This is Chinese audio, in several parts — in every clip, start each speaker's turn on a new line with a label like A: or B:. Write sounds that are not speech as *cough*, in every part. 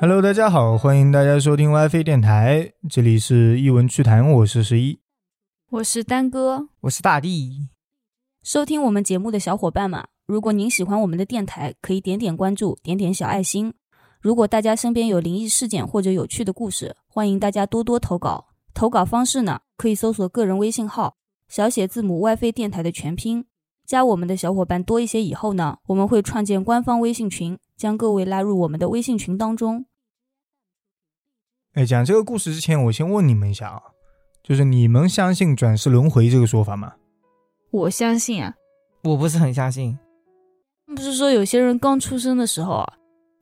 A: Hello，大家好，欢迎大家收听 WiFi 电台，这里是一文趣谈，我是十一。
B: 我是丹哥。
C: 我是大地。
B: 收听我们节目的小伙伴们，如果您喜欢我们的电台，可以点点关注，点点小爱心。如果大家身边有灵异事件或者有趣的故事，欢迎大家多多投稿。投稿方式呢，可以搜索个人微信号小写字母 WiFi 电台的全拼，加我们的小伙伴多一些以后呢，我们会创建官方微信群，将各位拉入我们的微信群当中。
A: 哎，讲这个故事之前，我先问你们一下啊，就是你们相信转世轮回这个说法吗？
B: 我相信啊，
C: 我不是很相信，
D: 不是说有些人刚出生的时候啊，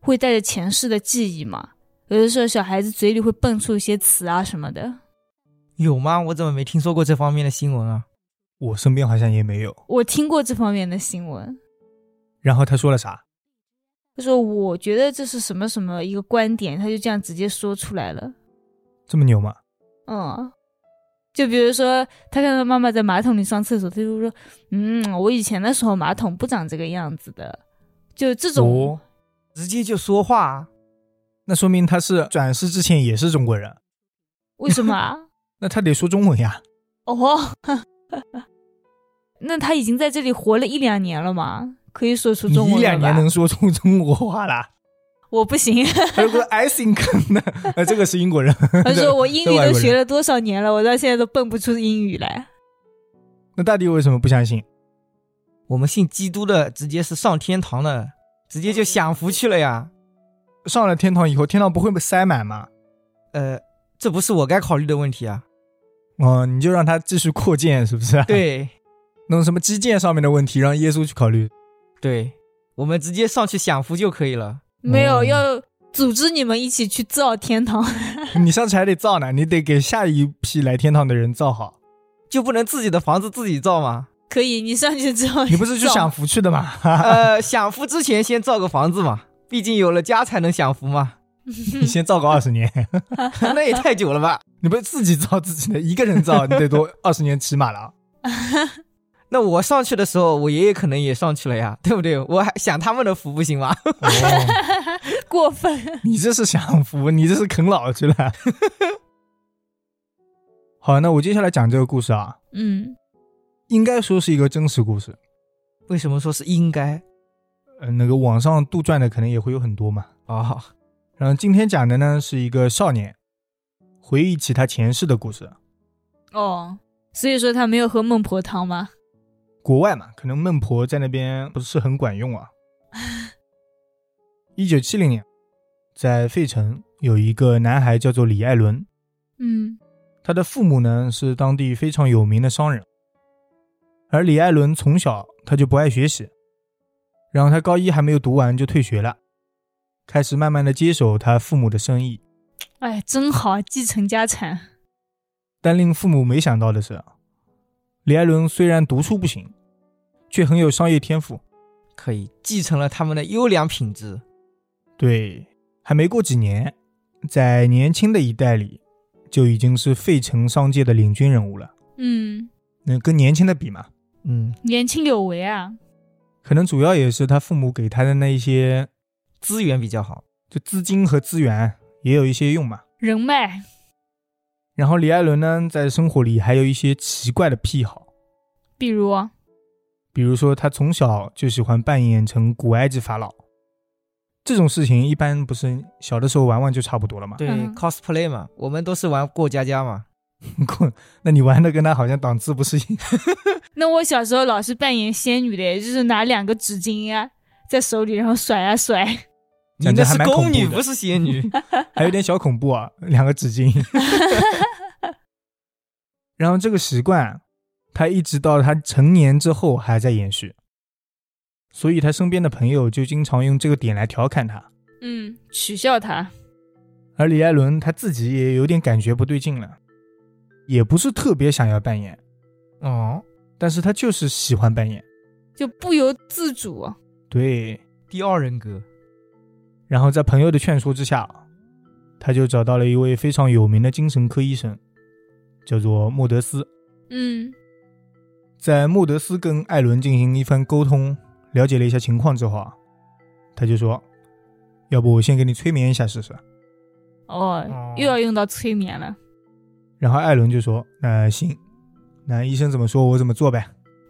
D: 会带着前世的记忆嘛？有的时候小孩子嘴里会蹦出一些词啊什么的。
C: 有吗？我怎么没听说过这方面的新闻啊？
A: 我身边好像也没有。
D: 我听过这方面的新闻，
A: 然后他说了啥？
D: 他说我觉得这是什么什么一个观点，他就这样直接说出来了。
A: 这么牛吗？
D: 嗯，就比如说他看到妈妈在马桶里上厕所，他就说：“嗯，我以前的时候马桶不长这个样子的。”就这种，
A: 哦，
C: 直接就说话啊，
A: 那说明他是转世之前也是中国人，
D: 为什么啊？
A: 那他得说中文呀。
D: 哦， *laughs* 那他已经在这里活了一两年了嘛，可以说出中
A: 你
D: 文
A: 一两
D: 了吧？
A: 年能说出中国话
D: *laughs*
A: 啦？
D: 我
A: *laughs*
D: 不行，
A: 他就说 I think 呢，呃，这个是英国人。
D: 他说我英语
A: 这外国
D: 都
A: 人
D: 学了多少年了，我到现在都蹦不出英语来。
A: 那大地为什么不相信？
C: 我们信基督的直接是上天堂的，直接就享福去了呀。
A: 上了天堂以后，天堂不会被塞满吗？
C: 呃，这不是我该考虑的问题啊。
A: 哦，你就让他继续扩建，是不是？，
C: 对
A: *laughs* 弄什么基建上面的问题，让耶稣去考虑。
C: *laughs* 对，我们直接上去享福就可以了。
D: 没有，
A: 哦
D: 要组织你们一起去造天堂。 *laughs*
A: 你上次还得造呢，你得给下一批来天堂的人造好。
C: 就不能自己的房子自己造吗？
D: 可以，你上去之后，
A: 你不是
D: *laughs*
A: 去享福去的吗？
C: 呃，享福之前先造个房子嘛，毕竟有了家才能享福嘛。 *laughs*
A: *laughs* 你先造个二十年，
C: 那也太久了吧？
A: 你不是自己造自己的，一个人造，你得多二十年起码了啊。
C: 那我上去的时候，我爷爷可能也上去了呀，对不对？我还享他们的福不行吗？ *laughs*
A: 哦，
D: 过
A: *laughs*
D: 分。
A: 你这是享福，你这是啃老去了。 *laughs* 好，那我接下来讲这个故事啊，
D: 嗯，
A: 应该说是一个真实故事。
C: 为什么说是应该？
A: 呃，那个网上杜撰的可能也会有很多嘛。
C: 哦，
A: 然后今天讲的呢是一个少年回忆起他前世的故事，
D: 哦，所以说他没有喝孟婆汤吗？
A: 国外嘛，可能孟婆在那边不是很管用啊。一九七零年，在费城有一个男孩叫做李艾伦，
D: 嗯，
A: 他的父母呢是当地非常有名的商人，而李艾伦从小他就不爱学习，然后他高一还没有读完就退学了，开始慢慢的接手他父母的生意。
D: 哎，真好，继承家产。
A: 但令父母没想到的是，李艾伦虽然读书不行，却很有商业天赋。
C: 可以继承了他们的优良品质。
A: 对，还没过几年，在年轻的一代里，就已经是费城商界的领军人物了。
D: 嗯，
A: 那跟年轻的比嘛，
C: 嗯，
D: 年轻有为啊。
A: 可能主要也是他父母给他的那一些
C: 资源比较好。
A: 就资金和资源也有一些用嘛。
D: 人脉，
A: 然后李艾伦呢，在生活里还有一些奇怪的癖好，
D: 比如啊
A: 比如说他从小就喜欢扮演成古埃及法老，这种事情一般不是小的时候玩玩就差不多了嘛。
C: 对、
D: 嗯
C: c o s p l a y 嘛，我们都是玩过家家嘛。
A: 过， *laughs* 那你玩的跟他好像档次不是一。
D: 那我小时候老是扮演仙女的，也就是拿两个纸巾啊在手里，然后甩啊甩。
C: 你那是宫
A: 讲得还蛮
C: 女，
A: 恐怖的
C: 不是仙女。
A: *laughs* 还有点小恐怖啊，两个纸巾。 *laughs* 然后这个习惯，他一直到他成年之后还在延续，所以他身边的朋友就经常用这个点来调侃他。
D: 嗯，取笑他。
A: 而李艾伦他自己也有点感觉不对劲了，也不是特别想要扮演，
C: 哦，
A: 但是他就是喜欢扮演。
D: 就不由自主。啊
A: 对，
C: 第二人格。
A: 然后在朋友的劝说之下，他就找到了一位非常有名的精神科医生，叫做莫德斯。
D: 嗯
A: 在莫德斯跟艾伦进行一番沟通，了解了一下情况之后啊，他就说要不我先给你催眠一下试试。
D: 哦，又要用到催眠了。
A: 然后艾伦就说：“那行，那医生怎么说我怎么做呗，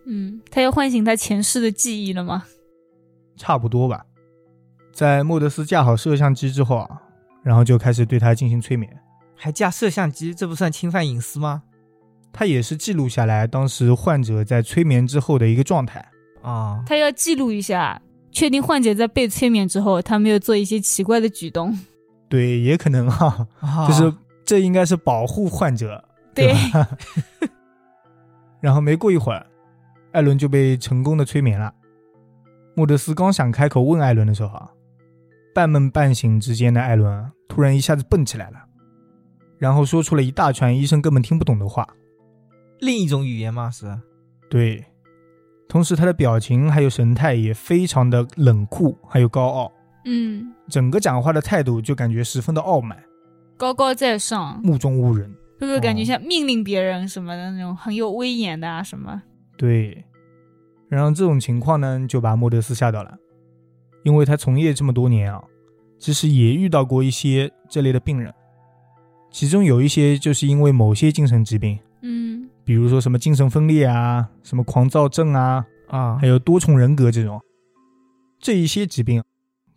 D: 嗯，他要唤醒他前世的记忆了吗？
A: 差不多吧。”在莫德斯架好摄像机之后啊，然后就开始对他进行催眠。
C: 还架摄像机，这不算侵犯隐私吗？
A: 他也是记录下来当时患者在催眠之后的一个状态。
C: 啊，
D: 他要记录一下，确定患者在被催眠之后，他没有做一些奇怪的举动。
A: 对，也可能哈、
C: 啊
A: 就是这应该是保护患者。
D: 对，
A: 吧然后没过一会儿，艾伦就被成功的催眠了。莫德斯刚想开口问艾伦的时候啊，半梦半醒之间的艾伦啊突然一下子蹦起来了，然后说出了一大串医生根本听不懂的话。
C: 另一种语言吗？是
A: 对，同时他的表情还有神态也非常的冷酷，还有高傲，
D: 嗯，
A: 整个讲话的态度就感觉十分的傲慢，
D: 高高在上，
A: 目中无人。
D: 是不是感觉像命令别人什么的那种很有威严的啊什么？
A: 对，然后这种情况呢，就把莫德斯吓到了，因为他从业这么多年啊，其实也遇到过一些这类的病人，其中有一些就是因为某些精神疾病，
D: 嗯，
A: 比如说什么精神分裂啊、什么狂躁症啊，
C: 啊
A: 还有多重人格这种，这一些疾病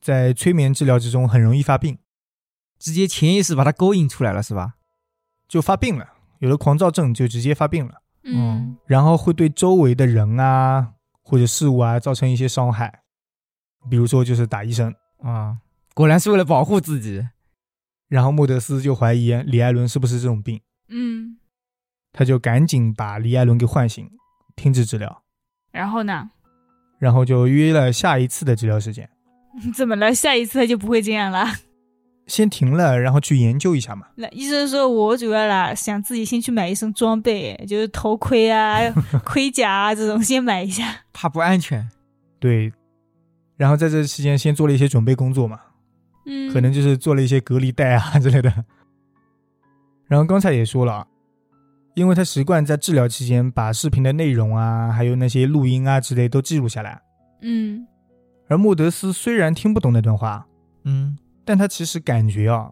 A: 在催眠治疗之中很容易发病，
C: 直接潜意识把它勾引出来了，是吧？
A: 就发病了，有了狂躁症就直接发病了。
D: 嗯，
A: 然后会对周围的人啊或者事物啊造成一些伤害，比如说就是打医生。
C: 啊，果然是为了保护自己。
A: 然后莫德斯就怀疑李艾伦是不是这种病，
D: 嗯，
A: 他就赶紧把李艾伦给唤醒，停止治疗，
D: 然后呢？
A: 然后就约了下一次的治疗时间，
D: *laughs* 怎么了？下一次他就不会这样了？ *laughs*
A: 先停了，然后去研究一下嘛。
D: 那医生说，我主要啦想自己先去买一身装备，就是头盔
C: *laughs*
D: 啊、盔甲啊这种，先买一下。
C: 怕不安全。
A: 对，然后在这期间先做了一些准备工作嘛，
D: 嗯，
A: 可能就是做了一些隔离带啊 *laughs* 之类的。然后刚才也说了啊，因为他习惯在治疗期间把视频的内容啊，还有那些录音啊之类都记录下来。
D: 嗯
A: 而莫德斯虽然听不懂那段话，
C: 嗯，
A: 但他其实感觉啊，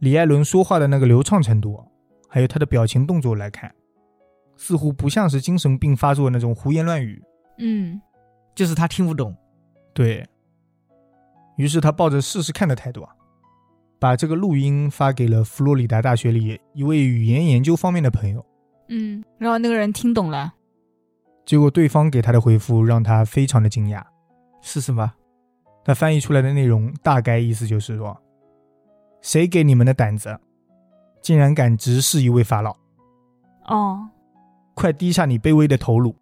A: 李艾伦说话的那个流畅程度，还有他的表情动作来看，似乎不像是精神病发作那种胡言乱语。
D: 嗯
C: 就是他听不懂。
A: 对于是，他抱着试试看的态度啊，把这个录音发给了佛罗里达大学里一位语言研究方面的朋友。
D: 嗯，然后那个人听懂了，
A: 结果对方给他的回复让他非常的惊讶。
C: 是什么？
A: 他翻译出来的内容大概意思就是说：“谁给你们的胆子，竟然敢直视一位法老？
D: 哦，
A: 快低下你卑微的头颅！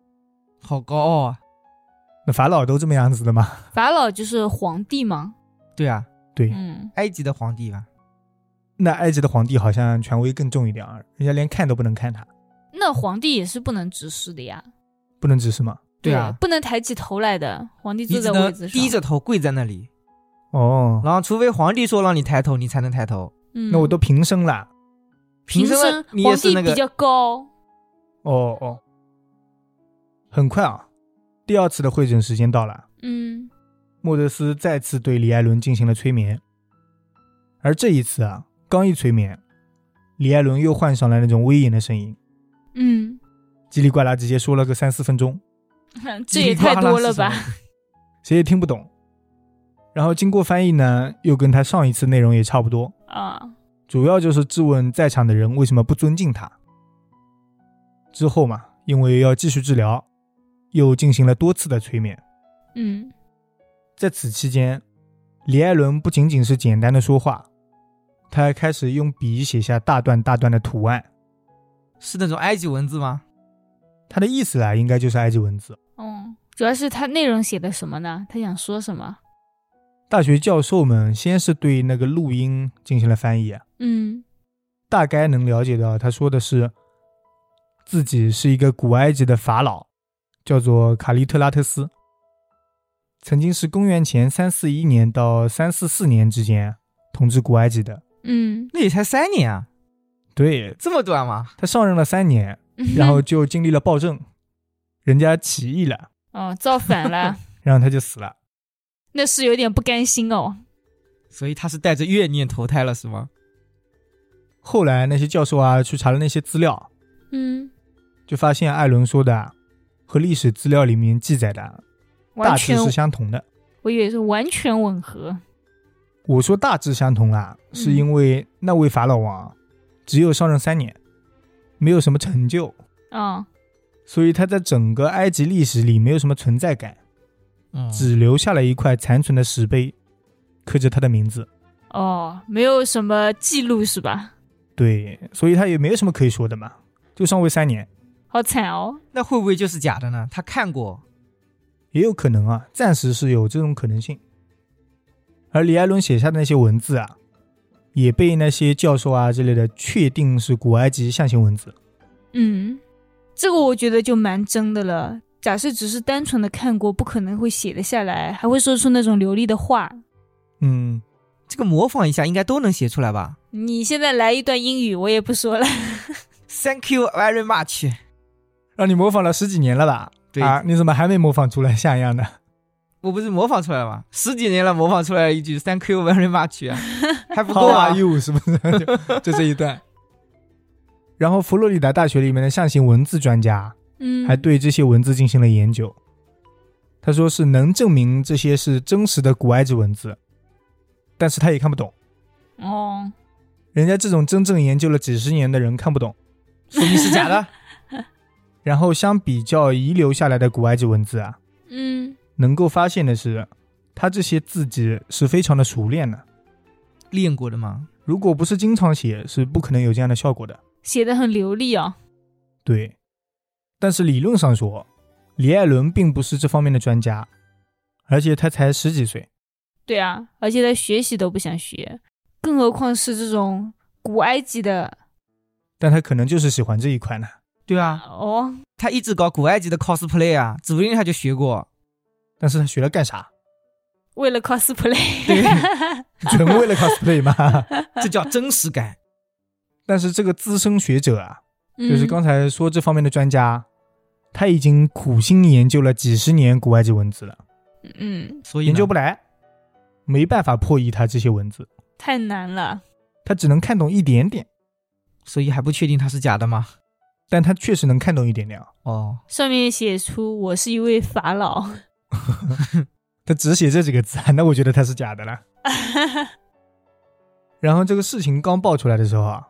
C: 好高傲啊！
A: 那法老都这么样子的
C: 嗯
A: 吗？
D: 法老就是皇帝嘛，
C: 对啊，
A: 对，
D: 嗯，
C: 埃及的皇帝吧？
A: 那埃及的皇帝好像权威更重一点啊，人家连看都不能看他，
D: 那皇帝也是不能直视的呀，
A: 不能直视吗？
C: 对啊，
D: 不能抬起头来的，皇帝
C: 你
D: 坐
C: 只
D: 在
C: 能
D: 位置上，
C: 低着头跪在那里，
A: 哦，
C: 然后除非皇帝说让你抬头，你才能抬头。
D: 嗯，
A: 那我都平身了。
D: 平
C: 身
D: 身
C: 了，你也
D: 皇
C: 是
D: 帝
C: 那
D: 比
C: 个
D: 较高，
A: 哦哦，很快啊，第二次的会诊时间到了。”
D: 嗯
A: 莫德斯再次对李艾伦进行了催眠，而这一次啊，刚一催眠，李艾伦又换上了那种威严的声音，
D: 嗯，
A: 叽里呱啦直接说了个三四分钟，
D: 这也太多了吧，？ *laughs*
A: 谁也听不懂。然后经过翻译呢，又跟他上一次内容也差不多，
D: 啊，
A: 主要就是质问在场的人为什么不尊敬他。之后嘛，因为要继续治疗，又进行了多次的催眠。
D: 嗯
A: 在此期间，李艾伦不仅仅是简单的说话，他还开始用笔写下大段大段的图案。
C: 是那种埃及文字吗？
A: 他的意思啊，应该就是埃及文字。
D: 哦，主要是他内容写的什么呢？他想说什么？
A: 大学教授们先是对那个录音进行了翻译，啊
D: 嗯
A: 大概能了解到他说的是自己是一个古埃及的法老，叫做卡利特拉特斯，曾经是公元前三四一年到三四四年之间统治古埃及的。
D: 嗯，
C: 那也才三年啊，
A: 对
C: 这么短吗？
A: 他上任了三年，
D: 嗯
A: 然
D: *laughs*
A: 后就经历了暴政，人家起义了， *laughs*
D: 哦，造反了，
A: 然后他就死了。
D: 那是有点不甘心哦，
C: 所以他是带着怨念投胎了是吗？
A: 后来那些教授啊去查了那些资料，
D: 嗯，
A: 就发现艾伦说的啊和历史资料里面记载的啊大
D: 完
A: 致
D: 全，
A: 是相同的。
D: 我以为是完全吻合。
A: 我说大致相同啦，
D: 嗯
A: 是因为那位法老王啊只有上任三年，没有什么成就，
D: 哦，
A: 所以他在整个埃及历史里没有什么存在感，
C: 嗯
A: 只留下了一块残存的石碑，刻着他的名字。
D: 哦，没有什么记录是吧？
A: 对，所以他也没有什么可以说的嘛，就上位三年，
D: 好惨哦。
C: 那会不会就是假的呢？他看过，
A: 也有可能啊，暂时是有这种可能性。而李艾伦写下的那些文字啊，也被那些教授啊之类的确定是古埃及象形文字。
D: 嗯，这个我觉得就蛮真的了。假设只是单纯的看过，不可能会写得下来，还会说出那种流利的话。
A: 嗯，
C: 这个模仿一下应该都能写出来吧
D: 你现在来一段英语，我也不说了。
C: ？Thank you very much。
A: 让你模仿了十几年了吧？
C: 对，
A: 啊，你怎么还没模仿出来像样呢？
C: 我不是模仿出来了吗？十几年了，模仿出来一句 Thank you very much，啊还不够
A: 好
C: 啊
A: 啊，？又是不是？ *laughs* 就就这一段。然后，佛罗里达大学里面的象形文字专家
D: 嗯， *laughs*
A: 还对这些文字进行了研究。他说是能证明这些是真实的古埃及文字，但是他也看不懂。
D: 哦，
A: 人家这种真正研究了几十年的人看不懂。
C: 说明是假的。
A: 然后相比较遗留下来的古埃及文字啊，
D: 嗯，
A: 能够发现的是，他这些字迹是非常的熟练的。
C: 练过的吗？
A: 如果不是经常写，是不可能有这样的效果的。
D: 写的很流利哦。
A: 对，但是理论上说，李艾伦并不是这方面的专家，而且他才十几岁。
D: 对啊，而且他学习都不想学，更何况是这种古埃及的
A: 但他可能就是喜欢这一块呢。
C: 对啊，
D: 哦。
C: 他一直搞古埃及的 cosplay 啊，指不定他就学过。
A: 但是他学了干啥？ *laughs*
D: 为了 cosplay，
C: 对，
A: 纯为了 cosplay 吗？ *laughs*
C: 这叫真实感。
A: 但是这个资深学者啊，
D: *laughs*
A: 就是
D: 嗯
A: 刚才说这方面的专家，他已经苦心研究了几十年古埃及文字了，
D: 嗯，
C: 所以
A: 研究不
C: 了，
A: 来，没办法破译他这些文字，
D: 太难了。
A: 他只能看懂一点点，
C: 所以还不确定他是假的吗？
A: 但他确实能看懂一点点啊。
C: 哦，
D: 上面写出我是一位法老， *laughs*
A: 他只写这几个字啊， *laughs* 那我觉得他是假的了。然后这个事情刚爆出来的时候啊，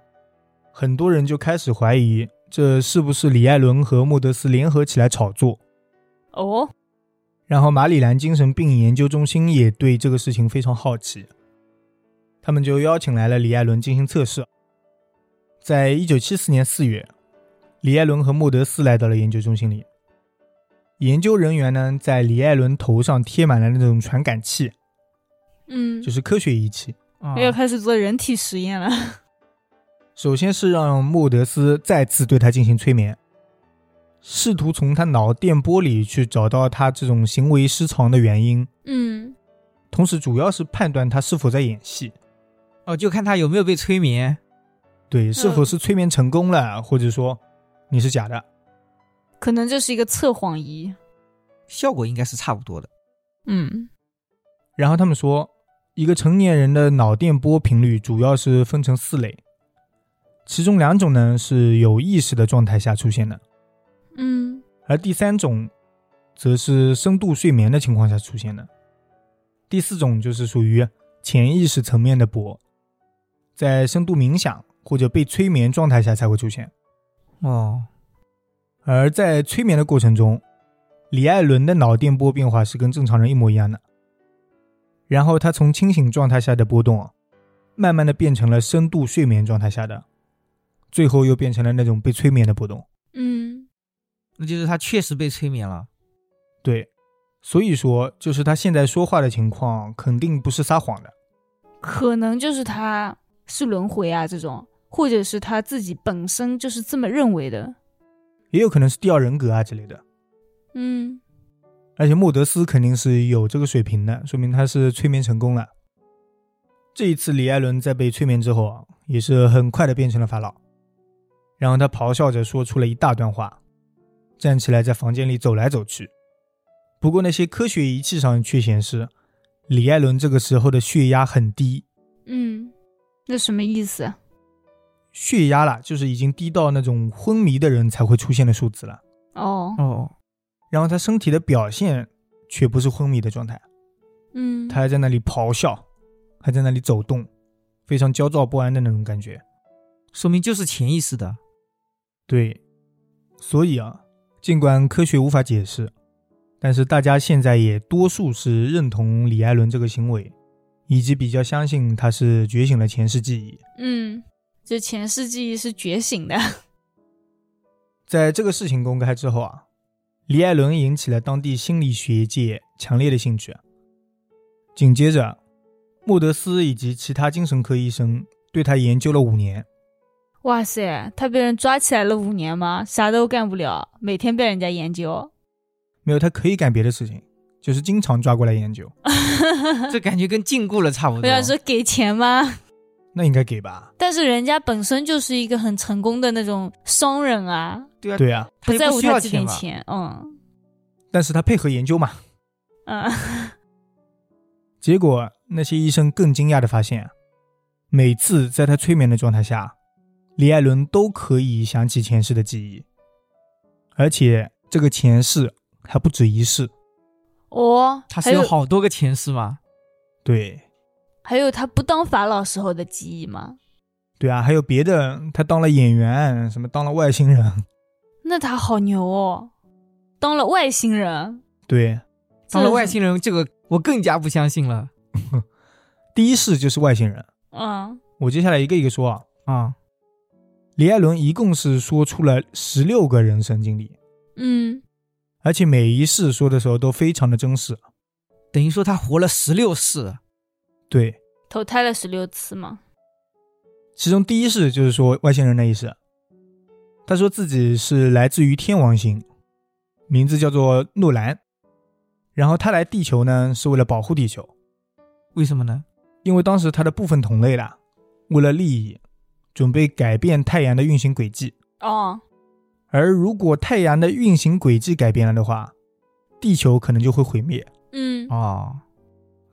A: 很多人就开始怀疑这是不是李艾伦和莫德斯联合起来炒作。
D: 哦，
A: 然后马里兰精神病研究中心也对这个事情非常好奇，他们就邀请来了李艾伦进行测试。在一九七四年四月，李艾伦和莫德斯来到了研究中心里。研究人员呢，在李艾伦头上贴满了那种传感器，
D: 嗯
A: 就，是啊科学仪器。
C: 啊
D: 又要开始做人体实验了。
A: 首先是让莫德斯再次对他进行催眠，试图从他脑电波里去找到他这种行为失常的原因，
D: 嗯，
A: 同时主要是判断他是否在演戏。
C: 哦，就看他有没有被催眠。
A: 对，是否是催眠成功了，或者说你是假的？
D: 可能这是一个测谎仪。
C: 效果应该是差不多的。
D: 嗯，
A: 然后他们说，一个成年人的脑电波频率主要是分成四类，其中两种呢是有意识的状态下出现的，
D: 嗯，
A: 而第三种则是深度睡眠的情况下出现的，第四种就是属于潜意识层面的波，在深度冥想或者被催眠状态下才会出现。
C: 哦，
A: 而在催眠的过程中，李艾伦的脑电波变化是跟正常人一模一样的。然后他从清醒状态下的波动啊，慢慢的变成了深度睡眠状态下的，最后又变成了那种被催眠的波动。
D: 嗯，
C: 那就是他确实被催眠了。
A: 对，所以说就是他现在说话的情况肯定不是撒谎的。
D: 可能就是他是轮回啊这种，或者是他自己本身就是这么认为的。
A: 也有可能是第二人格啊之类的。
D: 嗯，
A: 而且莫德斯肯定是有这个水平的，说明他是催眠成功了。这一次，李艾伦在被催眠之后啊，也是很快的变成了法老，然后他咆哮着说出了一大段话，站起来在房间里走来走去。不过那些科学仪器上却显示，李艾伦这个时候的血压很低，
D: 嗯，那什么意思啊？
A: 血压啦，就是已经低到那种昏迷的人才会出现的数字了。
D: 哦，
C: 哦，
A: 然后他身体的表现却不是昏迷的状态，
D: 嗯
A: 他还在那里咆哮，还在那里走动，非常焦躁不安的那种感觉。
C: 说明就是潜意识
D: *laughs*
C: 的。
A: 对，所以啊，尽管科学无法解释，但是大家现在也多数是认同李艾伦这个行为，以及比较相信他是觉醒了前世记忆。
D: 嗯，就前世记忆是觉醒的， *laughs*
A: 在这个事情公开之后啊，李艾伦引起了当地心理学界强烈的兴趣。啊紧接着，啊莫德斯以及其他精神科医生对他研究了五年。
D: 哇塞，他被人抓起来了五年吗？啥都干不了，每天被人家研究，
A: 没有，他可以干别的事情，就是经常抓过来研究。
C: 这感觉跟禁锢了差不
D: 我
C: 多。
D: 想啊说给钱吗？ *laughs*
A: 那应该给吧？
D: 但是人家本身就是一个很成功的那种商人啊，
C: 对啊，
A: 对啊，
C: 他
D: 不
C: 也
D: 在乎
C: 需要
D: 他几点
C: 钱吧？
D: 钱，嗯
A: 但是他配合研究嘛。
C: *laughs*
D: 嗯，
A: 结果那些医生更惊讶地发现啊，每次在他催眠的状态下，李艾伦都可以想起前世的记忆，而且这个前世还不止一世。
D: 哦，
C: 他
D: 还
C: 是有
D: 有
C: 好多个前世吗？
A: 对，
D: 还有他不当法老时候的记忆吗？
A: 对啊，还有别的，他当了演员，什么当了外星人，
D: 那他好牛哦，当了外星人，
A: 对，
C: 当了
D: 这
C: 外星人，这个我更加不相信了
A: 第一世就是外星人。
D: 嗯，
A: 我接下来一个一个说啊，
C: 啊！
A: 李艾伦一共是说出了十六个人生经历，
D: 嗯，
A: 而且每一世说的时候都非常的真实。
C: 等于说他活了十六世，
A: 对，
D: 投胎了十六次嘛，
A: 其中第一世就是说外星人那一世，他说自己是来自于天王星，名字叫做诺兰，然后他来地球呢是为了保护地球，
C: 为什么呢？
A: 因为当时他的部分同类啦，为了利益，准备改变太阳的运行轨迹。
D: 哦，
A: 而如果太阳的运行轨迹改变了的话，地球可能就会毁灭。
D: 嗯，
C: 哦，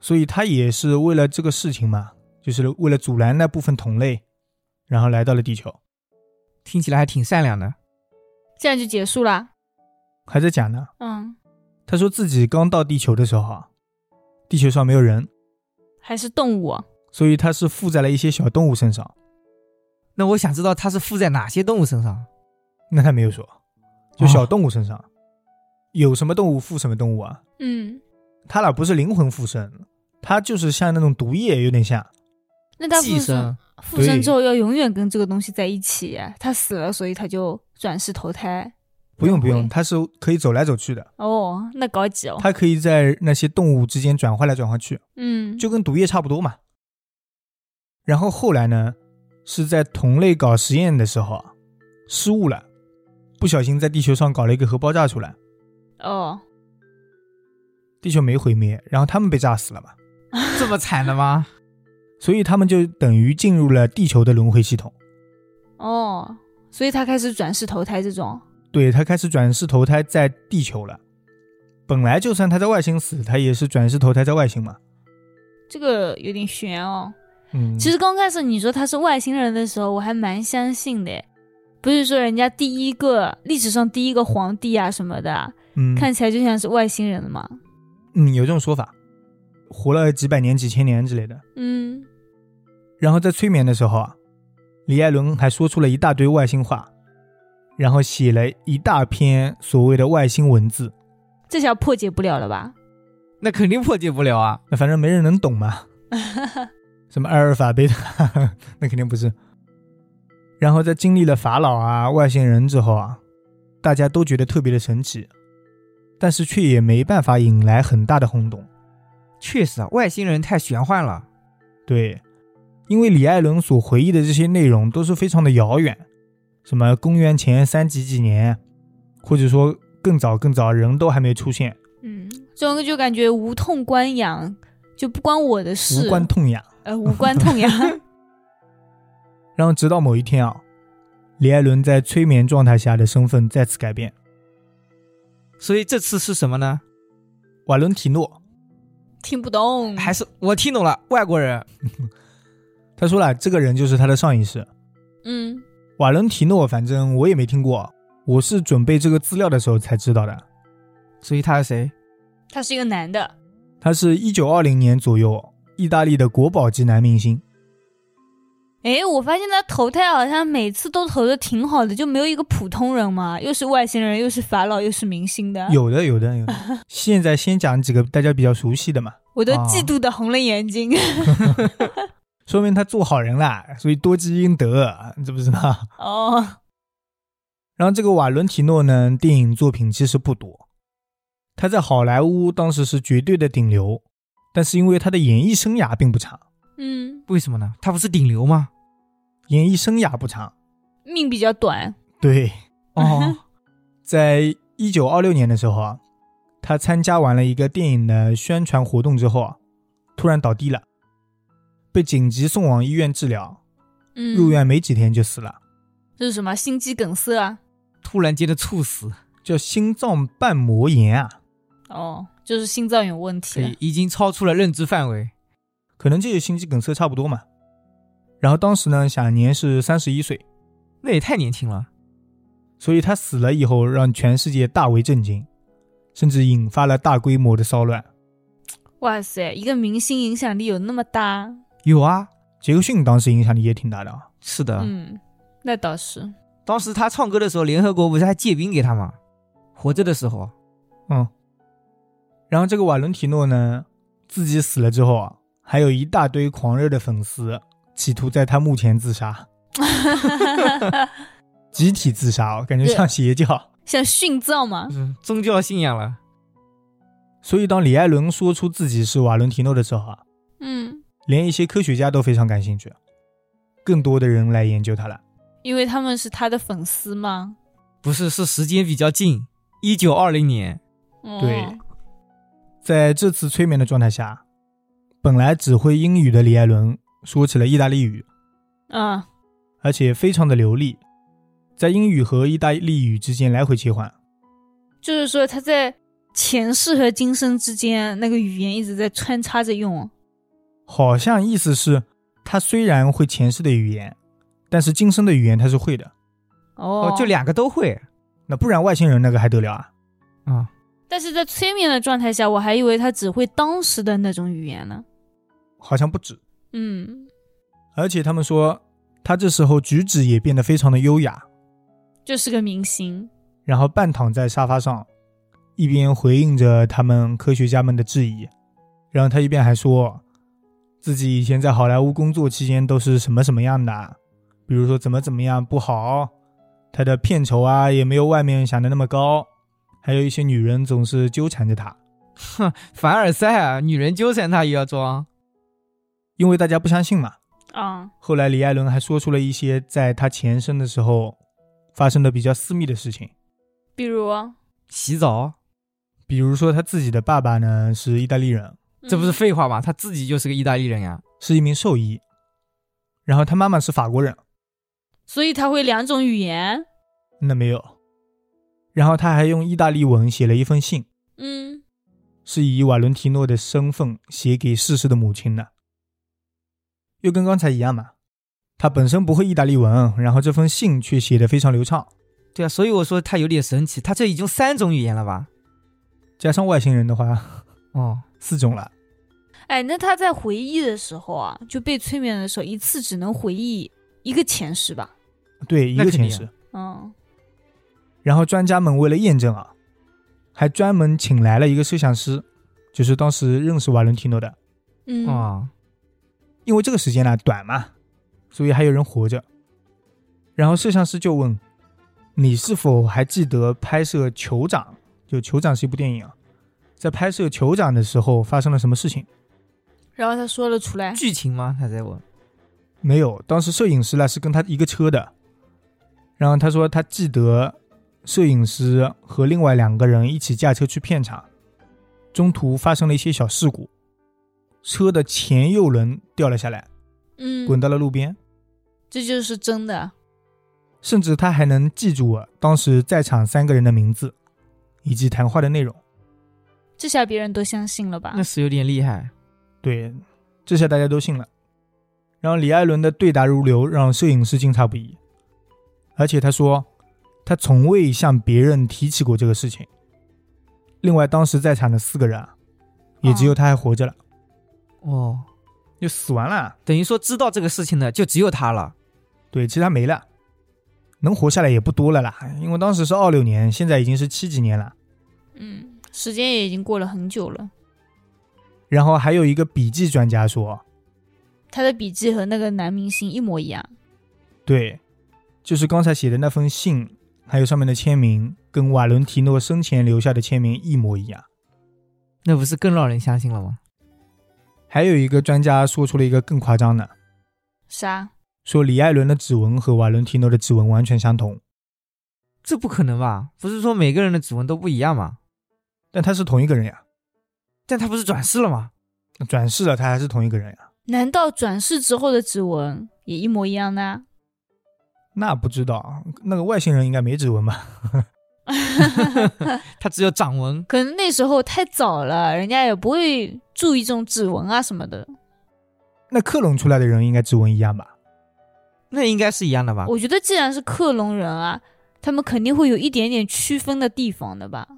A: 所以他也是为了这个事情嘛，就是为了阻拦那部分同类，然后来到了地球。
C: 听起来还挺善良的。
D: 这样就结束啦，
A: 还在讲呢，
D: 嗯，
A: 他说自己刚到地球的时候啊，地球上没有人，
D: 还是动物，啊
A: 所以他是附在了一些小动物身上。
C: 那我想知道他是附在哪些动物身上？
A: 那他没有说，就小
C: 哦
A: 动物身上、有什么动物附什么动物啊？
D: 嗯，
A: 他俩不是灵魂附身，他就是像那种毒液有点像。
D: 那他附
C: 寄
D: 身
C: 生
D: 附身之后要永远跟这个东西在一起，他死了，所以他就转世投胎，
A: 不用不用，
D: 对
A: 他是可以走来走去的，
D: 哦，那高级哦，
A: 他可以在那些动物之间转换来转换去，
D: 嗯，
A: 就跟毒液差不多嘛。然后后来呢，是在同类搞实验的时候啊，失误了，不小心在地球上搞了一个核爆炸出来，
D: 哦，
A: 地球没毁灭，然后他们被炸死了嘛，
C: 这么惨的吗？
A: 所以他们就等于进入了地球的轮回系统。
D: 哦，所以他开始转世投胎这种，
A: 对他开始转世投胎在地球了。本来就算他在外星死，他也是转世投胎在外星嘛。
D: 这个有点悬哦，
A: 嗯，
D: 其实刚开始你说他是外星人的时候，我还蛮相信的。不是说人家第一个历史上第一个皇帝啊什么的啊，
A: 嗯，
D: 看起来就像是外星人的嘛。
A: 嗯有这种说法，活了几百年、几千年之类的。
D: 嗯，
A: 然后在催眠的时候啊，李艾伦还说出了一大堆外星话，然后写了一大篇所谓的外星文字。
D: 这下破解不了了 *laughs* 吧？
C: 那肯定破解不了啊！
A: 那反正没人能懂嘛，什么阿尔法、贝塔， *laughs* 那肯定不是。然后在经历了法老啊、外星人之后啊，大家都觉得特别的神奇，但是却也没办法引来很大的轰动。
C: 确实啊，外星人太玄幻了。
A: 对，因为李艾伦所回忆的这些内容都是非常的遥远，什么公元前三几几年，或者说更早更早，人都还没出现，
D: 嗯，这种就感觉无痛关痒，就不关我的事，
A: 无关痛痒。
D: 呃无关痛痒。
A: *laughs* 然后直到某一天啊，李艾伦在催眠状态下的身份再次改变。
C: 所以这次是什么呢？
A: 瓦伦提诺
D: 听不懂，
C: 还是我听懂了，外国人。
A: 他说了，这个人就是他的上一世
D: 嗯
A: 瓦伦提诺，反正我也没听过，我是准备这个资料的时候才知道的。
C: 至于他是谁，
D: 他是一个男的，
A: 他是一九二零年左右意大利的国宝级男明星，
D: 诶，我发现他投胎好像每次都投的挺好的，就没有一个普通人嘛，又是外星人，又是法老，又是明星 *laughs* 的，
A: 有的有的有的。现在先讲几个大家比较熟悉的嘛，
D: 我都
A: 啊
D: 嫉妒的红了眼睛。
A: 说明他做好人啦，所以多积阴德，你知不知道？
D: *laughs* 哦，
A: 然后这个瓦伦提诺呢，电影作品其实不多，他在好莱坞当时是绝对的顶流，但是因为他的演艺生涯并不长，
D: 嗯，
C: 为什么呢？他不是顶流吗？
A: 演艺生涯不长，
D: 命比较短，
A: 对，
C: 哦，
A: 在一九二六年的时候啊，他参加完了一个电影的宣传活动之后啊，突然倒地了，被紧急送往医院治疗，
D: 嗯，
A: 入院没几天就死了，
D: 这是什么心肌梗塞啊？
C: *laughs* 突然间的猝死，
A: 叫心脏瓣膜炎啊，
D: 哦，就是心脏有问
C: 所以
D: 题。啊
C: 已经超出了认知范围。
A: 可能这与心肌梗塞差不多嘛。然后当时呢，享年是三十一岁。
C: 那也太年轻了。
A: 所以他死了以后，让全世界大为震惊，甚至引发了大规模的骚乱。
D: 哇塞，一个明星影响力有那么大？
C: 有啊，
A: 杰克逊当时影响力也挺大的啊，
C: 是的，
D: 嗯，那倒是。 *laughs*
C: 当时他唱歌的时候，联合国不是还借兵给他吗？活着的时候，
A: 嗯。然后这个瓦伦提诺呢，自己死了之后啊，还有一大堆狂热的粉丝企图在他墓前自杀，集体自杀哦，感觉像邪教。
D: 像殉葬嘛，
C: 嗯，宗教信仰了。
A: 所以当李艾伦说出自己是瓦伦提诺的时候啊，
D: 嗯，
A: 连一些科学家都非常感兴趣，更多的人来研究他了。
D: 因为他们是他的粉丝嘛。
C: 不是，是时间比较近，一九二零年。
D: 哦、
A: 对，在这次催眠的状态下，本来只会英语的李艾伦说起了意大利语，
D: 啊，
A: 而且非常的流利，在英语和意大利语之间来回切换。
D: 就是说他在前世和今生之间那个语言一直在穿插着用。哦
A: 好像意思是，他虽然会前世的语言，但是今生的语言他是会的。
D: 哦，
C: 哦，就。两个都会
A: 那不然外星人那个还得了啊？
D: 嗯
C: 啊。
D: 但是在催眠的状态下，我还以为他只会当时的那种语言呢。
A: 好像不止。
D: 嗯，
A: 而且他们说，他这时候举止也变得非常的优雅，
D: 就是个明星。
A: 然后半躺在沙发上，一边回应着他们科学家们的质疑，然后他一边还说，自己以前在好莱坞工作期间都是什么什么样的，啊比如说怎么怎么样不好，啊他的片酬啊也没有外面想的那么高，还有一些女人总是纠缠着他，
C: 凡尔赛啊，女人纠缠他也要装。
A: 因为大家不相信嘛。
D: 啊，
A: 后来李艾伦还说出了一些在他前身的时候发生的比较私密的事情，
D: 比如，
C: 洗澡，
A: 比如说他自己的爸爸呢是意大利人，
C: 这不是
D: 嗯
C: 废话吗？他自己就是个意大利人呀、
A: 是一名兽医，然后他妈妈是法国人，
D: 所以他会两种语言。
A: 那没有。然后他还用意大利文写了一封信，
D: 嗯，
A: 是以瓦伦提诺的身份写给逝世的母亲的，又跟刚才一样嘛。他本身不会意大利文，然后这封信却写得非常流畅，
C: 对啊，所以我说他有点神奇，他这已经三种语言了吧？
A: 加上外星人的话，
C: 哦，
A: 四种了。
D: 哎，那他在回忆的时候啊，就被催眠的时候，一次只能回忆一个前世吧？
A: 对，一
C: 那
A: 个
C: 肯定
A: 前
C: 啊
A: 世。
D: 嗯，
A: 然后专家们为了验证啊，还专门请来了一个摄像师，就是当时认识瓦伦提诺的，
D: 嗯
A: 啊
C: 哦，
A: 因为这个时间呢、短嘛，所以还有人活着。然后摄像师就问：“你是否还记得拍摄《酋长》？就《酋长》是一部电影啊，在拍摄《酋长》的时候发生了什么事情
D: 然后他说了出来，
C: 剧情吗？他在问。？”
D: 啊
A: 没有，当时摄影师呢是跟他一个车的。然后他说他记得摄影师和另外两个人一起驾车去片场，中途发生了一些小事故，车的前右轮掉了下来，
D: 嗯，
A: 滚到了路边。
D: 这就是真的。
A: 甚至他还能记住我当时在场三个人的名字，以及谈话的内容。
D: 这下别人都相信了吧
C: 那？是有点厉害。
A: 对，这下大家都信了。然后李艾伦的对答如流让摄影师惊诧不已，而且他说他从未向别人提起过这个事情。另外，当时在场的四个人啊，也只有他还活着了，
C: 哦，
A: 就死完了。
C: 等于说知道这个事情的就只有他了。
A: 对，其他没了，能活下来也不多了啦。因为当时是二六年，现在已经是七几年了。
D: 嗯，时间也已经过了很久了。
A: 然后还有一个笔记专家说，
D: 他的笔记和那个男明星一模一样。
A: 对，就是刚才写的那封信，还有上面的签名，跟瓦伦提诺生前留下的签名一模一样。
C: 那不是更让人相信了吗？
A: 还有一个专家说出了一个更夸张的，
D: 啥？
A: 说李艾伦的指纹和瓦伦提诺的指纹完全相同，
C: 这不可能吧？不是说每个人的指纹都不一样吗？
A: 但他是同一个人呀，
C: 但他不是转世了吗？
A: 转世了他还是同一个人呀？
D: 难道转世之后的指纹也一模一样呢？
A: 那不知道，那个外星人应该没指纹吧？ *laughs*
C: 他只有掌纹。
D: 可能那时候太早了，人家也不会注意这种指纹啊什么的。
A: 那克隆出来的人应该指纹一样吧？
C: 那应该是一样的吧？
D: 我觉得既然是克隆人啊，他们肯定会有一点点区分的地方的吧。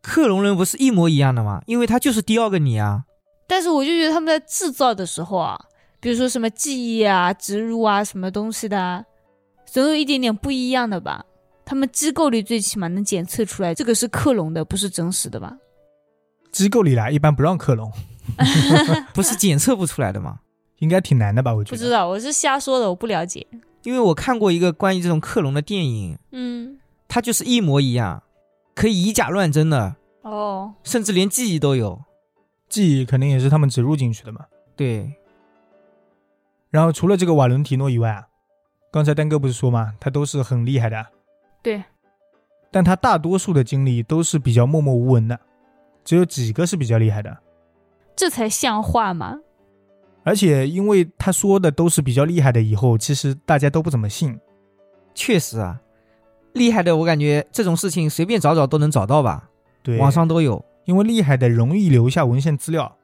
C: 克隆人不是一模一样的吗？因为他就是第二个你啊。
D: 但是我就觉得他们在制造的时候啊，比如说什么记忆啊、植入啊、什么东西的、啊，总有一点点不一样的吧。他们机构里最起码能检测出来这个是克隆的，不是真实的吧？
A: 机构里啦，一般不让克隆，
C: 不是检测不出来的吗？
A: 应该挺难的吧？我觉
D: 不
A: 得。
D: 知道，我是瞎说的，我不了解。
C: 因为我看过一个关于这种克隆的电影，
D: 嗯，
C: 它就是一模一样，可以以假乱真的，
D: 哦，
C: 甚至连记忆都有。
A: 记忆肯定也是他们植入进去的嘛。
C: 对，
A: 然后除了这个瓦伦提诺以外啊，刚才丹哥不是说嘛，他都是很厉害的啊。
D: 对。
A: 但他大多数的经历都是比较默默无闻的，只有几个是比较厉害的。
D: 这才像话嘛。
A: 而且因为他说的都是比较厉害的，以后其实大家都不怎么信。
C: 确实啊，厉害的我感觉这种事情随便找找都能找到吧，
A: 对，
C: 网上都有。
A: 因为厉害的容易留下文献资料，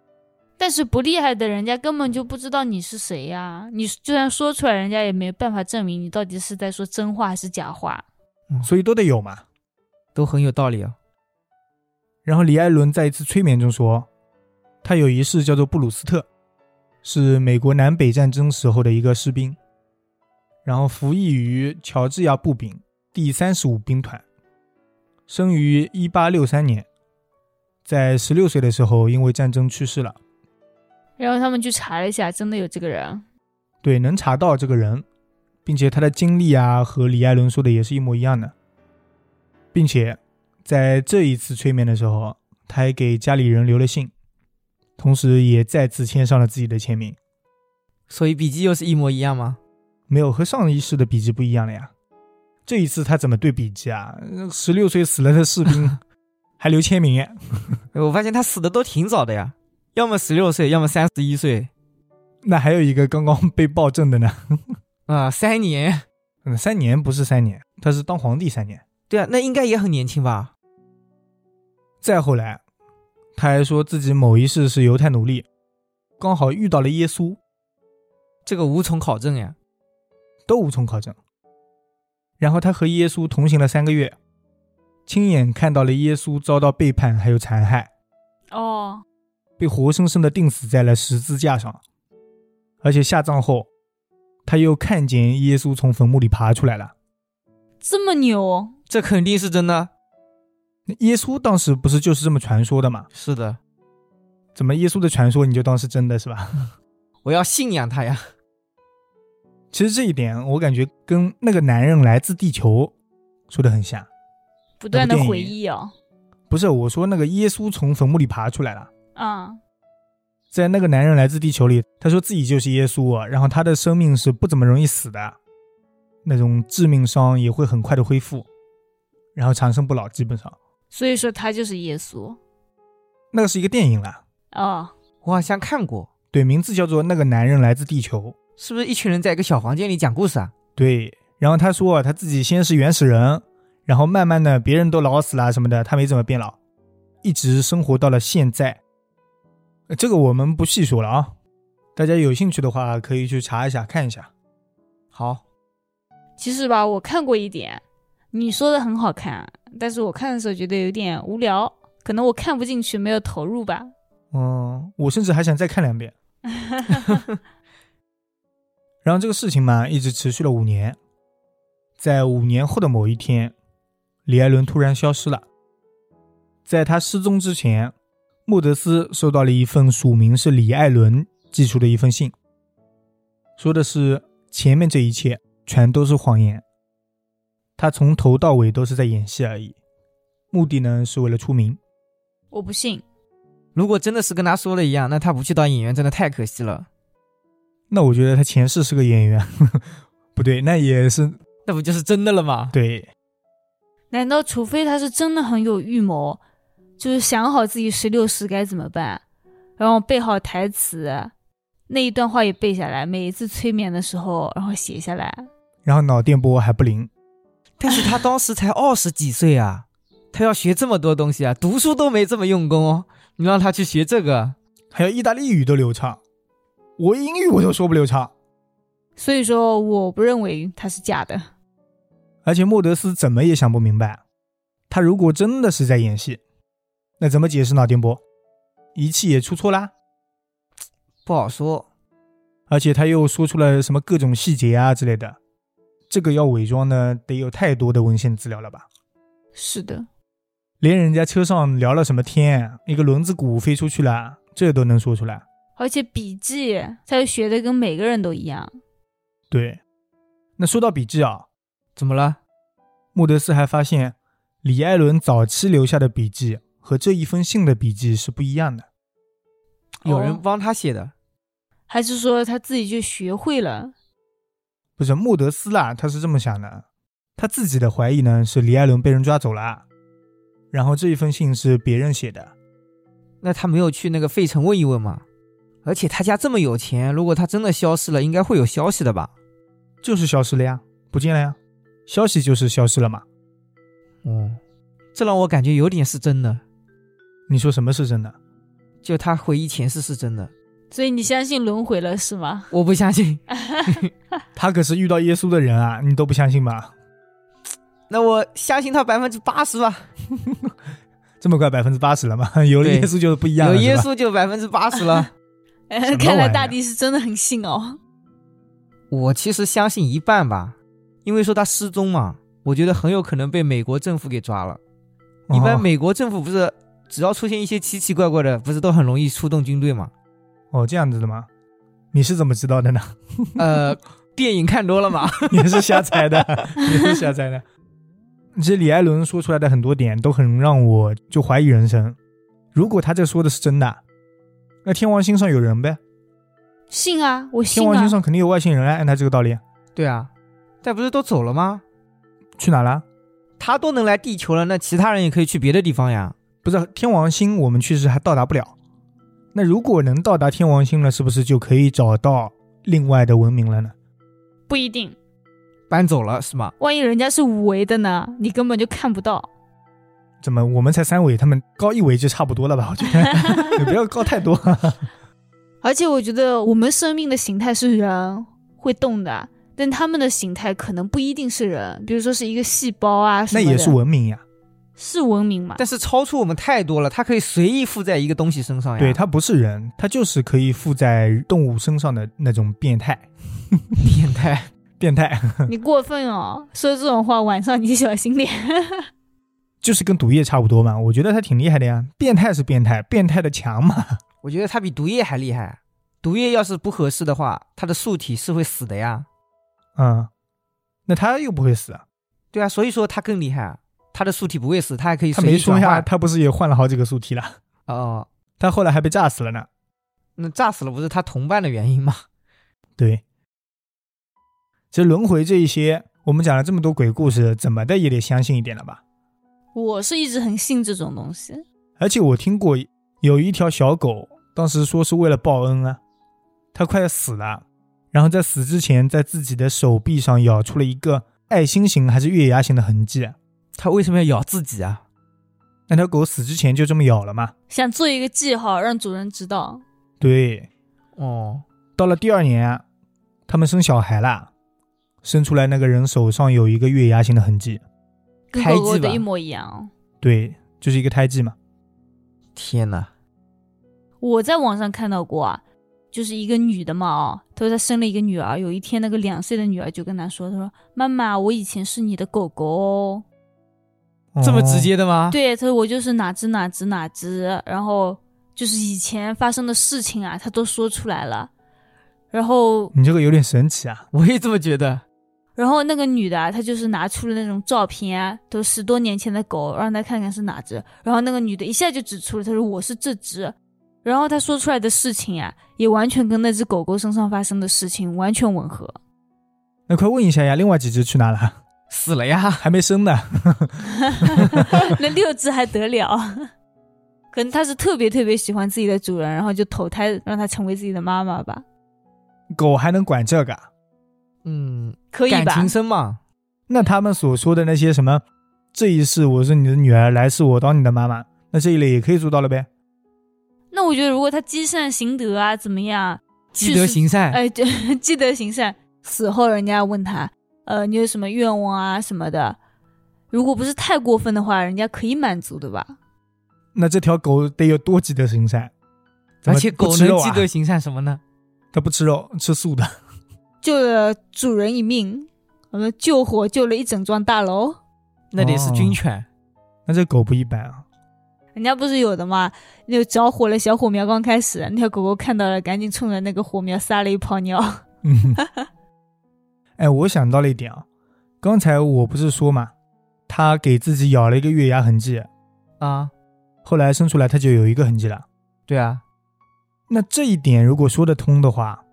D: 但是不厉害的人家根本就不知道你是谁呀、你就算说出来，人家也没办法证明你到底是在说真话还是假话。
A: 所以都得有嘛。
C: 都很有道理哦。
A: 然后李艾伦在一次催眠中说，他有一世叫做布鲁斯特，是美国南北战争时候的一个士兵，然后服役于乔治亚步兵第三十五兵团，生于一八六三年，在十六岁的时候因为战争去世了。
D: 然后他们去查了一下，真的有这个人。
A: 对，能查到这个人，并且他的经历啊和李艾伦说的也是一模一样的，并且在这一次催眠的时候，他还给家里人留了信，同时也再次签上了自己的签名。
C: 所以笔记又是一模一样吗？
A: 没有和上一世的笔记不一样了呀，这一次他怎么对笔记啊？十六岁死了的士兵还留签名，哎
C: 我发现他死的都挺早的呀，要么十六岁，要么三十一岁，
A: 那还有一个刚刚被暴政的呢，
C: 啊、三年。
A: 嗯，三年不是三年，他是当皇帝三年。
C: 对啊，那应该也很年轻吧？
A: 再后来，他还说自己某一世是犹太奴隶，刚好遇到了耶稣，
C: 这个无从考证呀。
A: 都无从考证。然后他和耶稣同行了三个月，亲眼看到了耶稣遭到背叛还有残害，
D: 哦，
A: 被活生生的钉死在了十字架上，而且下葬后，他又看见耶稣从坟墓里爬出来了。
D: 这么牛，
C: 这肯定是真的。
A: 那耶稣当时不是就是这么传说的嘛？
C: 是的，
A: 怎么耶稣的传说你就当是真的是吧？ *laughs*
C: 我要信仰他呀。
A: 其实这一点我感觉跟那个男人来自地球说的很像。
D: 不断的
A: 那部电影
D: 回忆哦。
A: 不是我说那个耶稣从坟墓里爬出来了，
D: 啊、
A: 在那个男人来自地球里，他说自己就是耶稣啊，然后他的生命是不怎么容易死的，那种致命伤也会很快的恢复，然后长生不老基本上。
D: 所以说他就是耶稣。
A: 那个是一个电影啦，
D: 哦，
C: 我好像看过，
A: 对，名字叫做《那个男人来自地球》。
C: 是不是一群人在一个小房间里讲故事啊？
A: 对，然后他说啊他自己先是原始人，然后慢慢的别人都老死了什么的，他没怎么变老，一直生活到了现在。呃这个我们不细说了啊，大家有兴趣的话可以去查一下看一下。
C: 好，
D: 其实吧，我看过一点，你说的很好看，但是我看的时候觉得有点无聊，可能我看不进去，没有投入吧。 *laughs*
A: 嗯，我甚至还想再看两遍。然后这个事情嘛，一直持续了五年。在五年后的某一天，李艾伦突然消失了。在他失踪之前，莫德斯收到了一份署名是李艾伦寄出的一封信，说的是前面这一切全都是谎言，他从头到尾都是在演戏而已，目的呢是为了出名。
D: 我不信，
C: 如果真的是跟他说的一样，那他不去当演员真的太可惜了，
A: 那我觉得他前世是个演员， *laughs* 不对，那也是
C: 那不就是真的了吗？
A: 对，
D: 难道除非他是真的很有预谋，就是想好自己十六时该怎么办，然后背好台词，那一段话也背下来，每一次催眠的时候，然后写下来。
A: 然后脑电波还不灵，
C: 但是他当时才二十几岁啊，他要学这么多东西啊，读书都没这么用功哦。你让他去学这个，
A: 还有意大利语都流畅，我英语我都说不流畅。
D: 所以说，我不认为他是假的。
A: 而且莫德斯怎么也想不明白，他如果真的是在演戏，那怎么解释脑电波？仪器也出错啦，
C: 不好说。
A: 而且他又说出了什么各种细节啊之类的，这个要伪装呢，得有太多的文献资料了吧？
D: 是的，
A: 连人家车上聊了什么天，一个轮子鼓飞出去了，这都能说出来。
D: 而且笔记他又学的跟每个人都一样。
A: 对，那说到笔记啊，
C: 怎么了？
A: 穆德斯还发现，李艾伦早期留下的笔记和这一封信的笔记是不一样的。
C: 有人
D: 哦
C: 帮他写的，
D: 还是说他自己就学会了？
A: 不是穆德斯啦，他是这么想的，他自己的怀疑呢是李艾伦被人抓走了，然后这一封信是别人写的。
C: 那他没有去那个费城问一问吗？而且他家这么有钱，如果他真的消失了，应该会有消息的吧？
A: 就是消失了呀，不见了呀，消息就是消失了嘛。
C: 哦，这让我感觉有点是真的，
A: 你说什么是真的？
C: 就他回忆前世是真的，
D: 所以你相信轮回了是吗？
C: 我不相信。
A: 他可是遇到耶稣的人啊，你都不相信吧？
C: 那我相信他百分之八十吧，
A: 这么快百分之八十了吗？ *laughs* 有了耶
C: 对
A: 稣就是不一样
C: 有
A: 了，
C: 耶
A: 是吧。
C: 稣就百分之八十了。
D: *laughs*
A: 什么玩意儿
D: 看来大地是真的很信哦。
C: 我其实相信一半吧，因为说他失踪嘛，我觉得很有可能被美国政府给抓了。一
A: 哦
C: 般美国政府不是只要出现一些奇奇怪怪的，不是都很容易出动军队嘛？ *laughs*
A: 哦哦这样子的吗？你是怎么知道的呢？
C: 呃，电影看多了嘛， *laughs*
A: *laughs* 你是瞎猜的，你是瞎猜的。其实李艾伦说出来的很多点都很让我就怀疑人生。如果他这说的是真的，那天王星上有人呗，
D: 信啊，我信
A: 天王
D: 啊
A: 星。上肯定有外星人啊，按他这个道理，
C: 对啊，但不是都走了吗？
A: 去哪了？
C: 他都能来地球了，那其他人也可以去别的地方呀。
A: 不是天王星，我们确实还到达不了。那如果能到达天王星了，是不是就可以找到另外的文明了呢？
D: 不一定，
C: 搬走了是吗？
D: 万一人家是五维的呢？你根本就看不到。
A: 怎么我们才三维，他们高一维就差不多了吧？我觉得你不要高太多。
D: 而且我觉得我们生命的形态是人会动的，啊但他们的形态可能不一定是人，比如说是一个细胞啊什
A: 那
D: 么的。
A: 也是文明呀，
D: 是文明
A: *laughs*
D: 嘛？
C: 但是超出我们太多了，他可以随意附在一个东西身上呀。 *laughs*
A: 对，它不是人，它就是可以附在动物身上的那种变态。
C: 变态。
A: 变态 *laughs*
D: 你过分哦，说这种话，晚上你小心点。
A: 就是跟毒液差不多嘛，我觉得他挺厉害的呀。变态是变态，变态的强嘛。 *laughs*
C: 我觉得他比毒液还厉害。毒液要是不合适的话，他的素体是会死的呀。
A: 嗯，那他又不会死，
C: 对啊，所以说他更厉害啊，他的素体不会死，他还可以
A: 他
C: 随
A: 没
C: 意
A: 说
C: 转
A: 呀，
C: 化。
A: 他不是也换了好几个宿体了？ *laughs*
C: 哦，
A: 他后来还被炸死了呢。
C: 那炸死了不是他同伴的原因 *laughs* 吗？
A: 对，这轮回这一些，我们讲了这么多鬼故事，怎么的也得相信一点了吧？
D: *laughs* 我是一直很信这种东西，
A: 而且我听过有一条小狗，当时说是为了报恩啊，它快要死了，然后在死之前，在自己的手臂上咬出了一个爱心形还是月牙形的痕迹。
C: 他为什么要咬自己啊？
A: 那条狗死之前就这么咬了嘛。
D: 想做一个记号，让主人知道。
A: 对，
C: 哦，
A: 到了第二年啊，他们生小孩啦，生出来那个人手上有一个月牙形的痕迹，
D: 跟
C: 胎
D: 狗狗
C: 记
D: 的
C: 吧
D: 一模一样哦。
A: 对，就是一个胎记嘛。
C: 天哪，
D: 我在网上看到过啊，就是一个女的嘛哦，她说她生了一个女儿，有一天那个两岁的女儿就跟她说，她说妈妈，我以前是你的狗狗哦，
A: 哦
C: 这么直？接的吗？，
D: 对，她说我就是哪只哪只哪只，然后就是以前发生的事情啊，她都说出来了，然后
A: 你这个有点神奇啊！
C: 我也这么觉得。
D: 然后那个女的啊，她就是拿出了那种照片啊，都十多年前的狗，让她看看是哪只。然后那个女的一下就指出了，她说我是这只。然后她说出来的事情啊，也完全跟那只狗狗身上发生的事情完全吻
C: *laughs*
D: 合。 *laughs*
A: 那快问一下呀，另外几只去哪了？
C: 死了呀！
A: 还没生呢。
D: 那六只还得了？可能她是特别特别喜欢自己的主人，然后就投胎让它成为自己的妈妈吧，
A: 狗还能管这个啊？
C: 嗯，
D: 可以
C: 感
D: 吧
C: 情？深嘛，
A: 那他们所说的那些什么这一世我是你的女儿，来世我当你的妈妈，那这一类也可以做到了呗？
D: 那我觉得如果她积善行德啊，怎么样？
C: 积德行善。
D: 哎， *laughs* 对，积德行善。死后人家问他，呃，你有什么愿望啊什么的，如果不是太过分的话，人家可以满足的吧？
A: 那这条狗得有多积德行善？怎
C: 而
A: 么
C: 且
A: 不
C: 狗
A: 吃
C: 能
A: 肉
C: 积
A: 啊
C: 德行善什么呢？
A: 它不吃肉，吃素的。
D: 救了主人一命，我们救火救了一整幢大楼。
C: 那得是
A: 哦
C: 军犬。
A: 那这狗不一般啊！ *laughs*
D: 人家不是有的嘛，那个着火了，小火苗刚开始，那条狗狗看到了，赶紧冲着那个火苗撒了一泡尿。 *laughs*
A: 嗯，哎，我想到了一点啊，刚才我不是说嘛，它给自己咬了一个月牙痕迹，
C: 啊，
A: 后来生出来它就有一个痕迹了。
C: 对啊，
A: 那这一点如果说得通的话，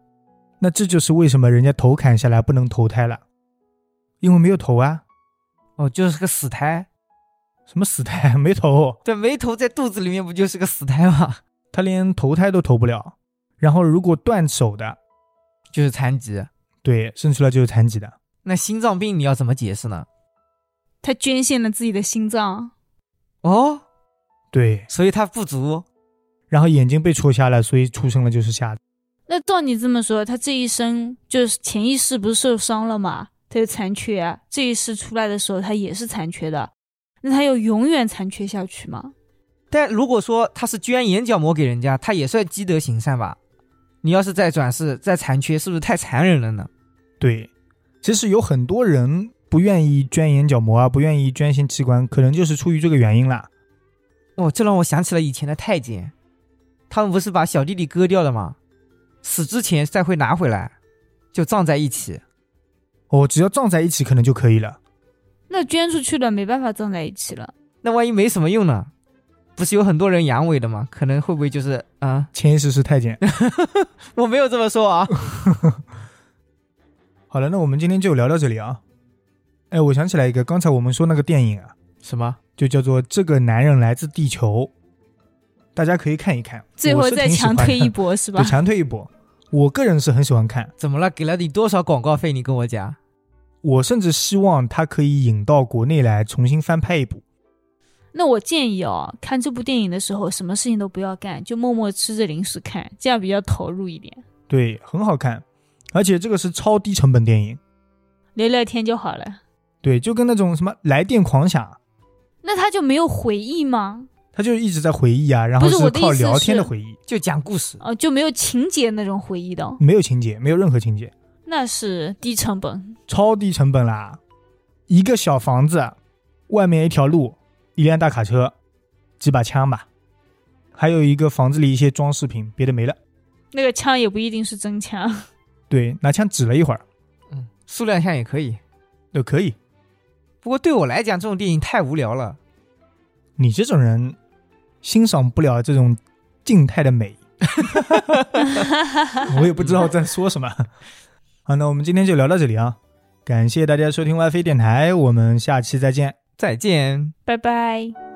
A: 那这就是为什么人家头砍下来不能投胎了，因为没有头啊，
C: 哦，就是个死胎。
A: 什么死胎啊没头，
C: 对，没头在肚子里面不就是个死胎吗？ *laughs*
A: 他连投胎都投不了。然后如果断手的，
C: 就是残疾。
A: 对，生出来就是残疾的。
C: 那心脏病你要怎么解释呢？
D: 他捐献了自己的心脏，
C: 哦，
A: 对，
C: 所以它不足。
A: 然后眼睛被戳瞎了，所以出生了就是瞎的。
D: 那照你这么说，他这一生就是前一世不是受伤了嘛，他就残缺、啊，这一世出来的时候他也是残缺的，那他要永远残缺下去吗？
C: 但如果说他是捐眼角膜给人家，他也算积德行善吧？你要是再转世再残缺，是不是太残忍了呢？
A: 对，其实有很多人不愿意捐眼角膜啊，不愿意捐献器官，可能就是出于这个原因啦。
C: 哦，这让我想起了以前的太监，他们不是把小弟弟割掉了吗？死之前再会拿回来，就葬在一起。
A: 哦，只要撞在一起可能就可以了。
D: 那捐出去了，没办法葬在一起了。
C: 那万一没什么用呢？不是有很多人阳痿的吗？可能会不会就是啊、
A: 潜意识是太监。 *laughs*
C: 我没有这么说啊。
A: 好了，那我们今天就聊到这里啊。哎，我想起来一个，刚才我们说那个电影啊，
C: *laughs* 什么？
A: 就叫做《这个男人来自地球》，大家可以看一看。
D: 最
A: 我
D: 后
A: 是
D: 再
A: 挺喜
D: 强
A: 欢
D: 推一
A: 的，
D: 波是吧
A: 对，？强推一波。我个人是很喜欢看，
C: 怎么了？给了你多少广告费？你跟我讲。
A: 我甚至希望它可以引到国内来重新翻拍一部。
D: 那我建议哦，看这部电影的时候，什么事情都不要干，就默默吃着零食看，这样比较投入一点，
A: 对，很好看，而且这个是超低成本电影，
D: 聊聊天就好了。
A: 对，就跟那种什么《来电狂想》，
D: 那他就没有回忆吗？
A: 他就一直在回忆啊，然后
D: 不是我的
A: 靠
D: 意思
A: 聊天的
D: 是
A: 回忆，
C: 就讲故事，
D: 哦，就没有情节那种回忆的哦、
A: 没有情节，没有任何情节，
D: 那是低成本。
A: 超低成本啦，一个小房子，外面一条路，一辆大卡车，几把枪吧，还有一个房子里一些装饰品，别的没了。
D: 那个枪也不一定是真枪。
A: 对，拿枪指了一会儿，
C: 嗯，数量项也可以。
A: 都可以。
C: 不过对我来讲，这种电影太无聊了。
A: 你这种人欣赏不了这种静态的美，我也不知道在说什么。好，那我们今天就聊到这里啊，感谢大家收听 WiFi 电台，我们下期再见。
C: 再见。
D: 拜拜。